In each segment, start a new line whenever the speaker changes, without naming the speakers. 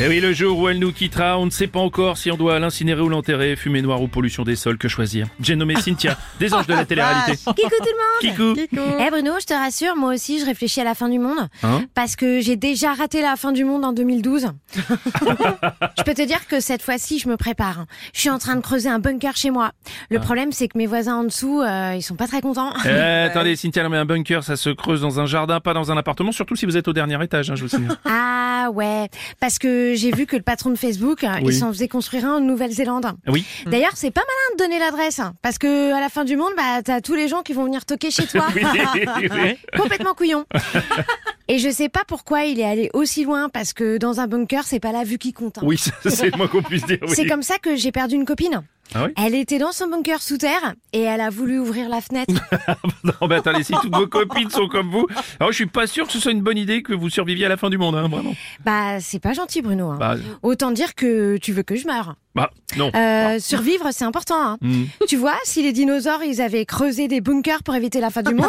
Et Eh oui, le jour où elle nous quittera, on ne sait pas encore si on doit l'incinérer ou l'enterrer, fumée noire ou pollution des sols, que choisir. J'ai nommé Cynthia, des anges de la télé-réalité.
Kikou tout le monde
Kikou.
Eh Bruno, je te rassure, moi aussi je réfléchis à la fin du monde.
Hein
parce que j'ai déjà raté la fin du monde en 2012. je peux te dire que cette fois-ci je me prépare. hein. Je suis en train de creuser un bunker chez moi. Le problème c'est que mes voisins en dessous, euh, ils sont pas très contents.
Ah. Eh, attendez, Cynthia, elle met un bunker, ça se creuse dans un jardin, pas dans un appartement, surtout si vous êtes au dernier étage, hein, je vous signale.
Ah ouais, parce que j'ai vu que le patron de Facebook, euh,
Oui.
il s'en faisait construire un en Nouvelle-Zélande.
Ah Oui.
D'ailleurs, c'est pas malin de donner l'adresse, hein, parce que à la fin du monde, bah t'as tous les gens qui vont venir toquer chez toi.
Oui, oui.
complètement couillon. Et je sais pas pourquoi il est allé aussi loin parce que dans un bunker, c'est pas la vue qui compte. hein.
Oui, ça, c'est le moins qu'on puisse dire. Oui.
C'est comme ça que j'ai perdu une copine.
Ah oui
Elle était dans son bunker sous terre et elle a voulu ouvrir la fenêtre.
Non, mais attendez, si toutes vos copines sont comme vous, alors je suis pas sûr que ce soit une bonne idée que vous surviviez à la fin du monde, hein, vraiment.
bah, c'est pas gentil, Bruno. hein.
Bah,
Autant dire que tu veux que je meure.
bah, non.
Euh, survivre, c'est important. hein.
Hmm.
Tu vois, si les dinosaures, ils avaient creusé des bunkers pour éviter la fin du monde,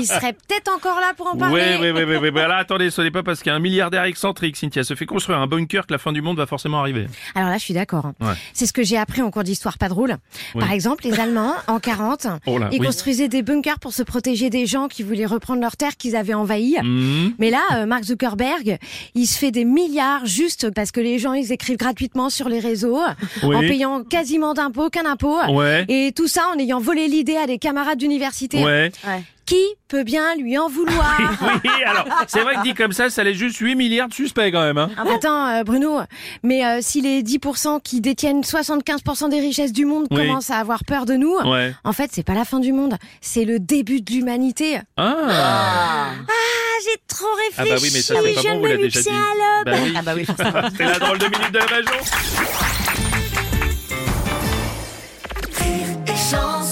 ils seraient peut-être encore là pour en
Oui,
parler.
oui, oui, oui, oui. Bah là, attendez, ce n'est pas parce qu'un milliardaire excentrique, Cynthia, se fait construire un bunker que la fin du monde va forcément arriver.
Alors là, je suis d'accord. hein.
Ouais.
C'est ce que j'ai appris en cours d'histoire pas drôle.
Oui.
Par exemple, les Allemands, en 40,
Oh là,
ils
oui.
construisaient des bunkers pour se protéger des gens qui voulaient reprendre leurs terres qu'ils avaient envahies.
Hmm.
Mais là, euh, Mark Zuckerberg, il se fait des milliards juste parce que les gens, ils écrivent gratuitement sur les réseaux,
Oui.
en payant quasiment d'impôts qu'un impôt.
Ouais.
Et tout ça en ayant volé l'idée à des camarades d'université.
Ouais.
Qui peut bien lui en vouloir
Oui, alors, c'est vrai que dit comme ça, ça laisse juste 8 milliards de suspects quand même. Hein.
Attends, euh, Bruno, mais euh, si les 10% qui détiennent 75% des richesses du monde
Oui.
commencent à avoir peur de nous,
Ouais.
en fait, c'est pas la fin du monde, c'est le début de l'humanité.
Ah,
Ah, j'ai trop
ah bah oui, mais ça, c'est pas bon, vous l'avez déjà dit. Bah oui.
Ah bah oui, forcément.
C'est la drôle de minute de la Bajon.
Rire et chanson.